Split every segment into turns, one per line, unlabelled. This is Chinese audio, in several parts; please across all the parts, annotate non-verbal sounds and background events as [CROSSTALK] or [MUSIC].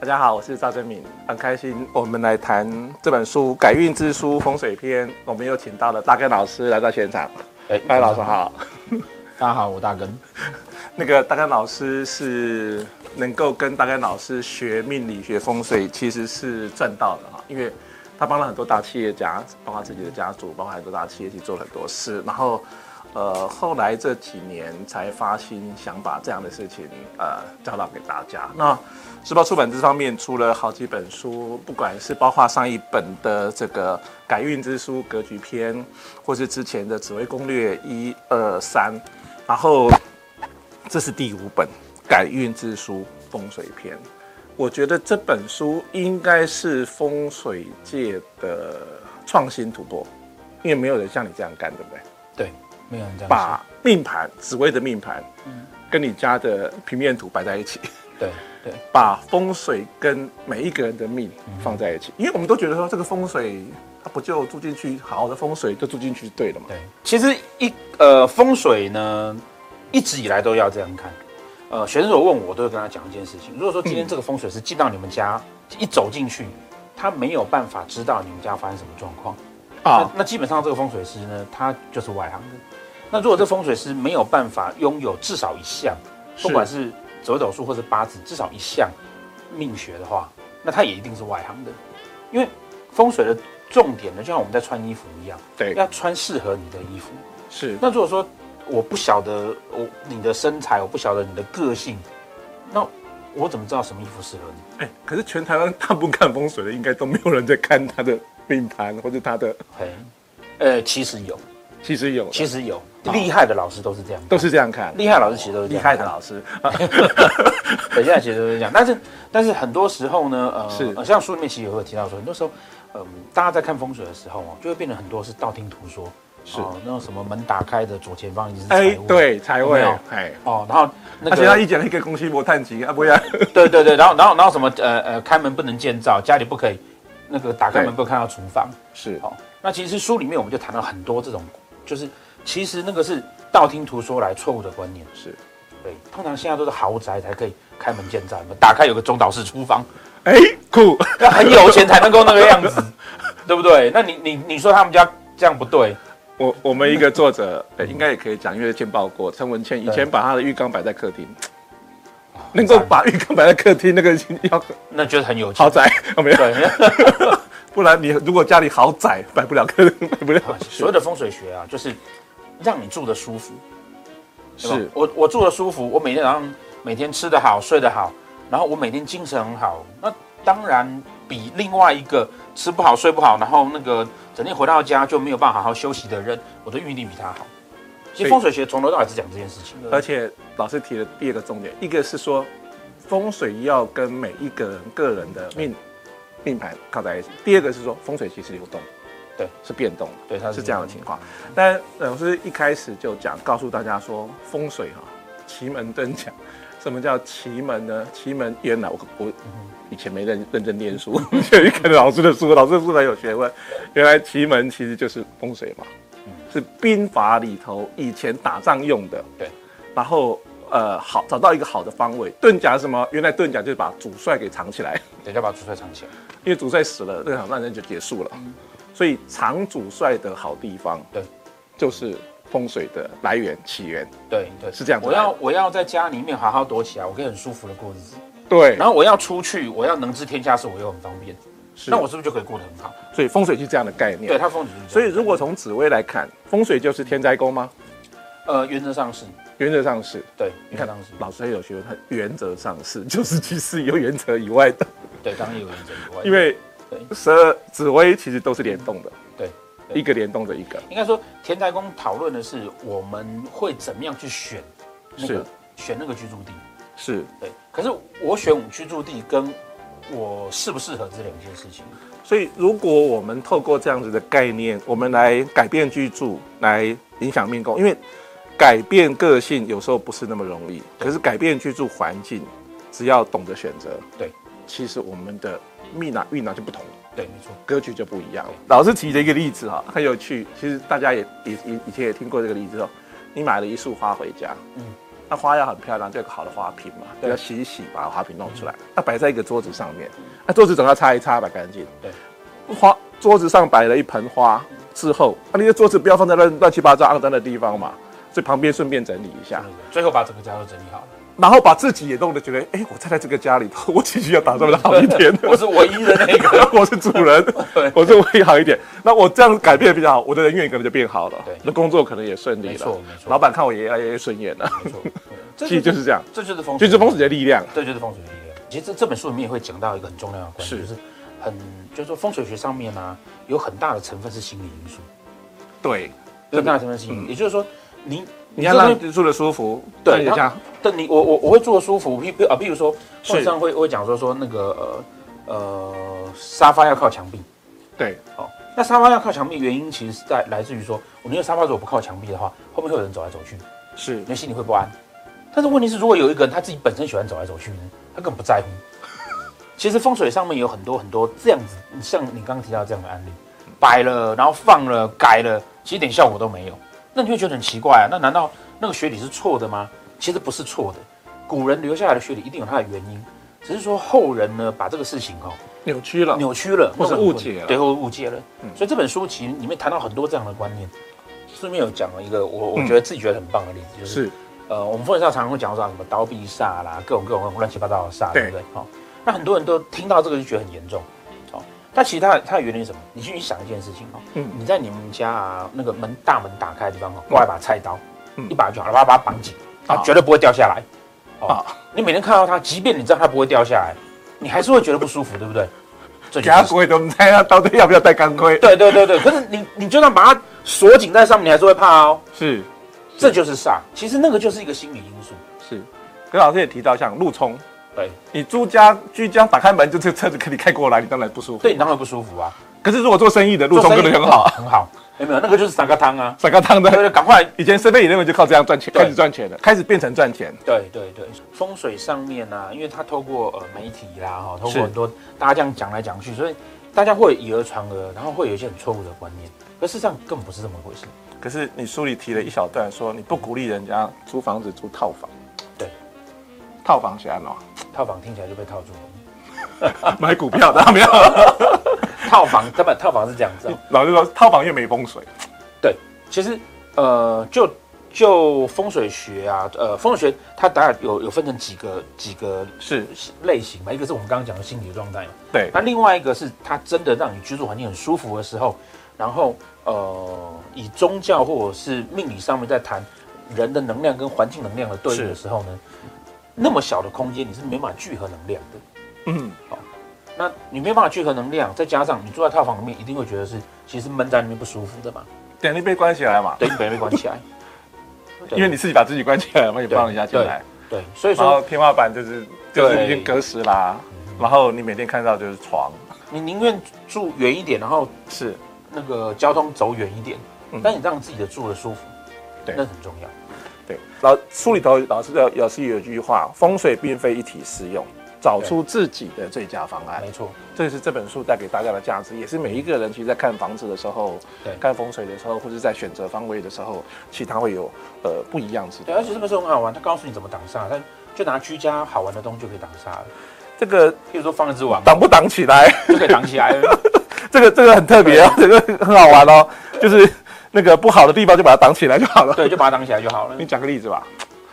大家好，我是赵正敏，很开心我们来谈这本书《改运之书风水篇》，我们又请到了大根老师来到现场。
哎
大根老师好，
大家好，我大根。
那个大根老师是能够跟大根老师学命理学风水，其实是赚到的哈，因为他帮了很多大企业家，包括自己的家族，包括很多大企业去做了很多事，然后。呃，后来这几年才发心想把这样的事情呃教导给大家。那时报出版这方面出了好几本书，不管是包括上一本的这个《改运之书》格局篇，或是之前的《紫微攻略》一二三，然后这是第五本《改运之书风水篇》。我觉得这本书应该是风水界的创新突破，因为没有人像你这样干，对不对？
对，没有人这样
把命盘紫薇的命盘，跟你家的平面图摆在一起，
说。对对
把风水跟每一个人的命放在一起，因为我们都觉得说这个风水，它不就住进去，好好的风水就住进去就对了嘛。
对，其实一呃风水呢，一直以来都要这样看。呃，选手问我，我都会跟他讲一件事情。如果说今天这个风水是进到你们家，一走进去，他没有办法知道你们家发生什么状况。
啊，
那那基本上这个风水师呢，他就是外行的。那如果这风水师没有办法拥有至少一项，
是
不管是紫微斗数或是八字，至少一项命学的话，那他也一定是外行的。因为风水的重点呢，就像我们在穿衣服一样，
对，
要穿适合你的衣服。
是
那如果说我不晓得我你的身材，我不晓得你的个性，那我怎么知道什么衣服适合你？
哎、可是全台湾大部分看风水的，应该都没有人在看他的命盘或者他的，
嘿，呃，其实有，
其实有的，
其实有，厉害的老师都是这样，
都是这样看，
厉害的老师其实都是这
厉
样
害的老师，啊
[LAUGHS] 等一下其实都是这样，但是但是很多时候呢，呃，
是
呃像书里面其实也会提到说，很多时候，嗯、大家在看风水的时候哦，就会变得很多是道听途说，
是
哦，那种什么门打开的左前方一定
[LAUGHS]
是
哎、
财物，，
对，才会
有没有，
哎，
哦，然后那
而且他
个，
一讲一个公司不探及啊，不然
对对对，然后然后然后什么，呃呃，开门不能建造，家里不可以那个打开
对
门不能看到厨房，
[LAUGHS] 是
好、那其实书里面我们就谈到很多这种，就是其实那个是道听途说来错误的观念，
是，
对，通常现在都是豪宅才可以开门建造，打开有个中岛式厨房。 [LAUGHS]
哎、酷， [LAUGHS]
要很有钱才能够那个样子， [LAUGHS] 对不对？那你你你说他们家这样不对，
我我们一个作者， [LAUGHS] 呃应该也可以讲，因为见报过陈文茜，以前把她的浴缸摆在客厅，能够把浴缸摆在客厅，那个已经要
那就是很有钱
豪。宅，哦 [LAUGHS] 没有，
对， [LAUGHS]
不然你如果家里豪宅摆不了客 [LAUGHS] 厅，摆不了，
所谓的风水学啊，就是让你住的舒服。对吧
是
我我住的舒服，我每天早上每天吃得好，睡得好，然后我每天精神很好，那当然比另外一个吃不好睡不好，然后那个整天回到家就没有办法好好休息的人，我的运力比他好。
所以
其实
呃
风水学从头到尾只讲这件事情，
而且老师提了第二个重点，一个是说风水要跟每一个人个人的命命盘靠在一起，第二个是说风水其实流动，
对，
是变动的，
对它是
是这样的情况。但老师一开始就讲，告诉大家说风水哈、奇门遁甲。什么叫奇门呢？奇门原来我
嗯
我以前没认认真念书， [LAUGHS] 就一看老师的书，老师的书很有学问。原来奇门其实就是风水嘛，
嗯
是兵法里头以前打仗用的。
对，
然后呃好找到一个好的方位。遁甲是什么？原来遁甲就是把主帅给藏起来， [LAUGHS]
等一下把主帅藏起来。
因为主帅死了，这场战争就结束了。所以藏主帅的好地方，
嗯对，
就是风水的来源起源。
对对，
是这样子
我要我要在家里面好好躲起来，我可以很舒服的过日子。
对，
然后我要出去，我要能知天下事，我又很方便。
是
那我是不是就可以过得很好？
所以风水是这样的概念。
对，它风景就是这
所以
样。
如果从紫薇来看，风水就是天灾宫吗？
呃，原则上是
原则上是。
对，
你
原
看
则上是，
老师很有学问，他原则上是， [LAUGHS] 就是其实有原则以外的，
对，当然有原则以外，
因为
对
十二紫薇其实都是联动的，
对，
一个联动着一个。
应该说田宅宫讨论的是我们会怎么样去选那个选那个居住地。
是
对，可是我选我居住地跟我适不适合这两件事情，
所以，如果我们透过这样子的概念，我们来改变居住，来影响命宫，因为改变个性有时候不是那么容易，可是改变居住环境，只要懂得选择，
对，
其实我们的命啊运啊就不同了。
对，没错，
格局就不一样了。老师提了一个例子哈，很有趣，其实大家也也也以前也听过这个例子哦。你买了一束花回家，嗯
嗯，
那花要很漂亮，就有个好的花瓶嘛，
对
要洗一洗，把花瓶弄出来，那摆在一个桌子上面，那桌子总要擦一擦，摆干净。
对，
花桌子上摆了一盆花之后，那你的桌子不要放在乱乱七八糟肮脏的地方嘛，所以旁边顺便整理一下，
最后把整个家都整理好了。。
然后把自己也弄得觉得，哎，我站在这个家里头， [LAUGHS] 我情绪要打造的好一点
我是唯一的那个。
[LAUGHS] 我是主人 [LAUGHS]
对，
我是会好一点。那我这样改变比较好，我的人缘可能就变好了，
对
那工作可能也顺利了，
没错没错
老板看我也越来越顺眼了， [LAUGHS]
没错，对这
其实就是这样，
这就是风水，
这就是风水的力量。
对，就是风水学理论。其实这这本书里面也会讲到一个很重要的观
是
点，就是很就是说风水学上面呢、啊有很大的成分是心理因素，
对，嗯
有很大的成分是心理因素，也就是说你
你要
这东
让
西
住的舒服，
对
大家
但你我我我会做舒服，譬譬啊，譬如说，
是
通常会会讲说说那个呃呃沙发要靠墙壁
对
哦，那沙发要靠墙壁，原因其实是在来自于说，我那个沙发如果不靠墙壁的话，后面会有人走来走去，
是
你的心里会不安。但是问题是，如果有一个人他自己本身喜欢走来走去呢，他根本不在乎。 [LAUGHS] 其实风水上面有很多很多这样子，像你刚刚提到这样的案例，摆了，然后放了，改了，其实一点效果都没有。那你会觉得很奇怪啊？那难道那个学理是错的吗？其实不是错的，古人留下来的学理一定有它的原因，只是说后人呢把这个事情哦
扭曲了，
扭曲了，
或者
弄混
误解了嗯
对，或者误解了。所以这本书其实里面谈到很多这样的观念，顺便有讲了一个我
嗯
我觉得自己觉得很棒的例子，就
[LAUGHS]
是
是
呃，我们风水上常常会讲到什么刀必煞啦，各种各种乱七八糟的煞，
对
对不对？好、那很多人都听到这个就觉得很严重。好、但其实它它的原理是什么？你去想一件事情哦，
嗯
你在你们家啊那个门大门打开的地方哦，挂一把菜刀，
嗯
一把就好了，把它把它绑紧，它
好
绝对不会掉下来。哦，
啊
你每天看到它，即便你知道它不会掉下来，你还是会觉得不舒服，对不对？这就
给他
是
鬼都不知道到底要不要戴钢盔，
对对对对，可是你你就算把它锁紧在上面，你还是会怕哦。
是
这就是煞，其实那个就是一个心理因素。
是。跟老师也提到，像路冲，
对
你住家居家打开门就这车子给你开过来，你当然不舒服。
对，你当然不舒服啊。
可是如果做生意的哦路冲
做
可
生
能
意
很 [LAUGHS] 好，
很好。有没有？那个就是三个汤啊，
散个汤的
对对，赶快。
以前身边也认为就靠这样赚钱，
对
开始赚钱了，开始变成赚钱，
对对对，风水上面呢、啊，因为它透过呃媒体啦，哈，透
是
过很多大家这样讲来讲去，所以大家会以讹传讹，然后会有一些很错误的观念，可事实上根本不是这么回事。
可是你书里提了一小段说，你不鼓励人家租房子租套房。
对，
套房是安哦，
套房听起来就被套住了，
啊买股票的没有。
套房根本套房是这样子、哦。
[LAUGHS] 老师说套房又没风水，
对，其实呃，就就风水学啊，呃，风水学它当然有有分成几个几个
是
类型嘛，一个是我们刚刚讲的心理状态嘛，
对
那另外一个是它真的让你居住环境很舒服的时候，然后呃，以宗教或者是命理上面在谈人的能量跟环境能量的对应的时候呢，那么小的空间你是没办法聚合能量的。
嗯，
那你没办法聚合能量，再加上你住在套房里面，一定会觉得是其实闷在里面不舒服的嘛，
等于被关起来嘛，。
对，你本来被关啊起来
因为你自己把自己关起来嘛，也不让人家进来，
对，所以
然后
说
天花板就是就是
对
已经隔石啦，然后你每天看到就是床，
你宁愿住远一点，然后
是
那个交通走远一点，
嗯
但你让自己的住的舒服，
对
那很重要。
对。老书里头老师的老师有一句话，风水并非一体适用，找出自己的最佳方案
没。错，
这是这本书带给大家的价值，也是每一个人其实在看房子的时候
对、
看风水的时候，或者在选择方位的时候，其实它会有呃不一样之处
对，。而且这本书很好玩，它告诉你怎么挡煞，它就拿居家好玩的东西就可以挡煞了，
这个
譬如说放一只网
挡不挡起来， [LAUGHS]
就可以挡起来了。
这个这个很特别哦，这个很好玩哦，就是那个不好的地方就把它挡起来就好了。
对，就把它挡起来就好了
你。讲个例子吧，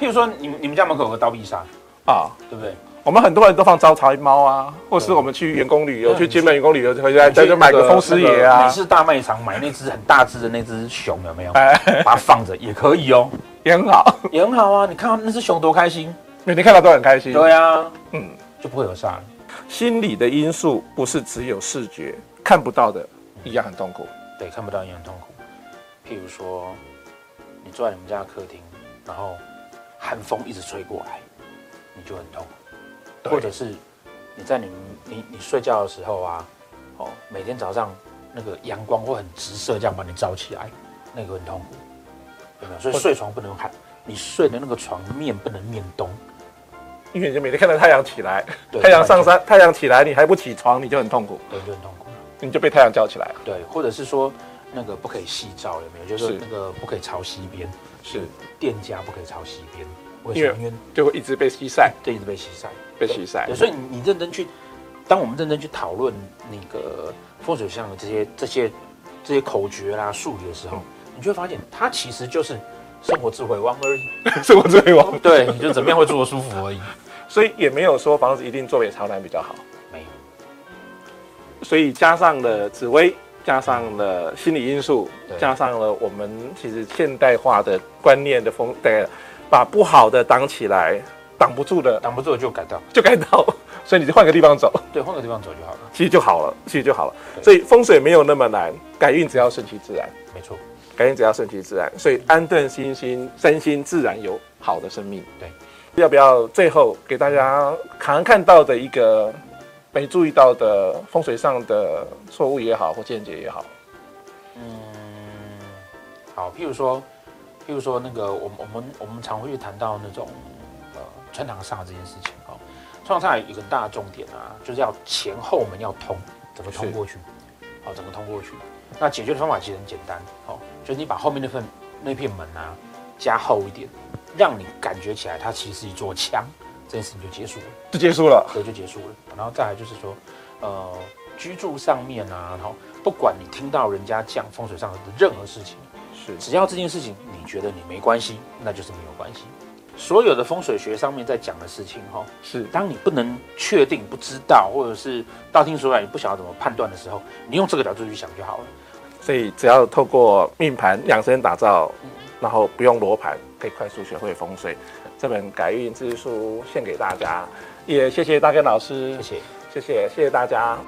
譬如说你们你们家门口有个刀壁煞，
啊。
对不对？
我们很多人都放招财猫啊，或是我们去员工旅游，
对
去金门员工旅游回来，再就买个风师爷
那个
啊
美，式大卖场买那只很大只的那只熊有没有？
哎， [LAUGHS]
把它放着也可以哦，
也很好，
也很好啊。你看到那只熊多开心，
每天看到都很开心。
对啊，
嗯
嗯，就不会有煞了。
心理的因素不是只有视觉看不到的，一样很痛苦。
对，看不到也很痛苦。譬如说，你坐在你们家客厅，然后寒风一直吹过来，你就很痛苦。
对
或者是你在你们你你睡觉的时候啊，哦，每天早上那个阳光会很直射，这样把你照起来，那个很痛苦，有没有？所以睡床不能喊，你睡的那个床面不能面东，
因为你就每天看到太阳起来，
对
太阳上山，太阳起来，你还不起床，你就很痛苦，
对，就很痛苦。
你就被太阳叫起来了。
对，或者是说那个不可以细照，有没有？就是
是
那个不可以朝西边。
是，
店家不可以朝西边，为
因为
什么？因为
就会一直被西晒， [LAUGHS]
对一直被洗晒，
被洗晒
对，。所以你认真去，当我们认真去讨论那个风水上的这些这些这些口诀啦、术语的时候，你就会发现它其实就是生活智慧王而已。
是我最王，
对，你就怎么样会住得舒服而已。
所以也没有说房子一定坐北朝南比较好。
没有，
所以加上了紫薇，加上了心理因素
对，
加上了我们其实现代化的观念的风，对，把不好的挡起来，挡不住的
挡不住就改道，
就该到， [LAUGHS] 所以你就换个地方走，
对，换个地方走就好了。
[LAUGHS] 其实就好了，其实就好了。
对
所以风水没有那么难，改运只要顺其自然，
没错，
改运只要顺其自然，所以安顿心心，身心自然有好的生命。
对，
要不要最后给大家常看到的一个没注意到的风水上的错误也好，或见解也好？
嗯，好，譬如说，譬如说那个，我们我们我们常会去谈到那种呃穿堂煞这件事情哦。穿堂煞有一个很大的重点啊，就是要前后门要通，怎么通
是
过去？好、怎么通过去？那解决的方法其实很简单哦，就是你把后面那份那片门啊加厚一点，让你感觉起来它其实是一座墙，这件事情就结束了。
就结束了。
这就结束了。然后再来就是说，呃，居住上面啊，然后不管你听到人家讲风水上的任何事情，
是
只要这件事情你觉得你没关系，那就是没有关系。所有的风水学上面在讲的事情，哈，
是，
当你不能确定、不知道，或者是道听途说，你不晓得怎么判断的时候，你用这个角度去想就好了。
所以只要透过命盘量身打造，
嗯
然后不用罗盘，可以快速学会风水。这本改运之书献给大家，也谢谢大根老师
谢，谢。
谢谢谢谢大家。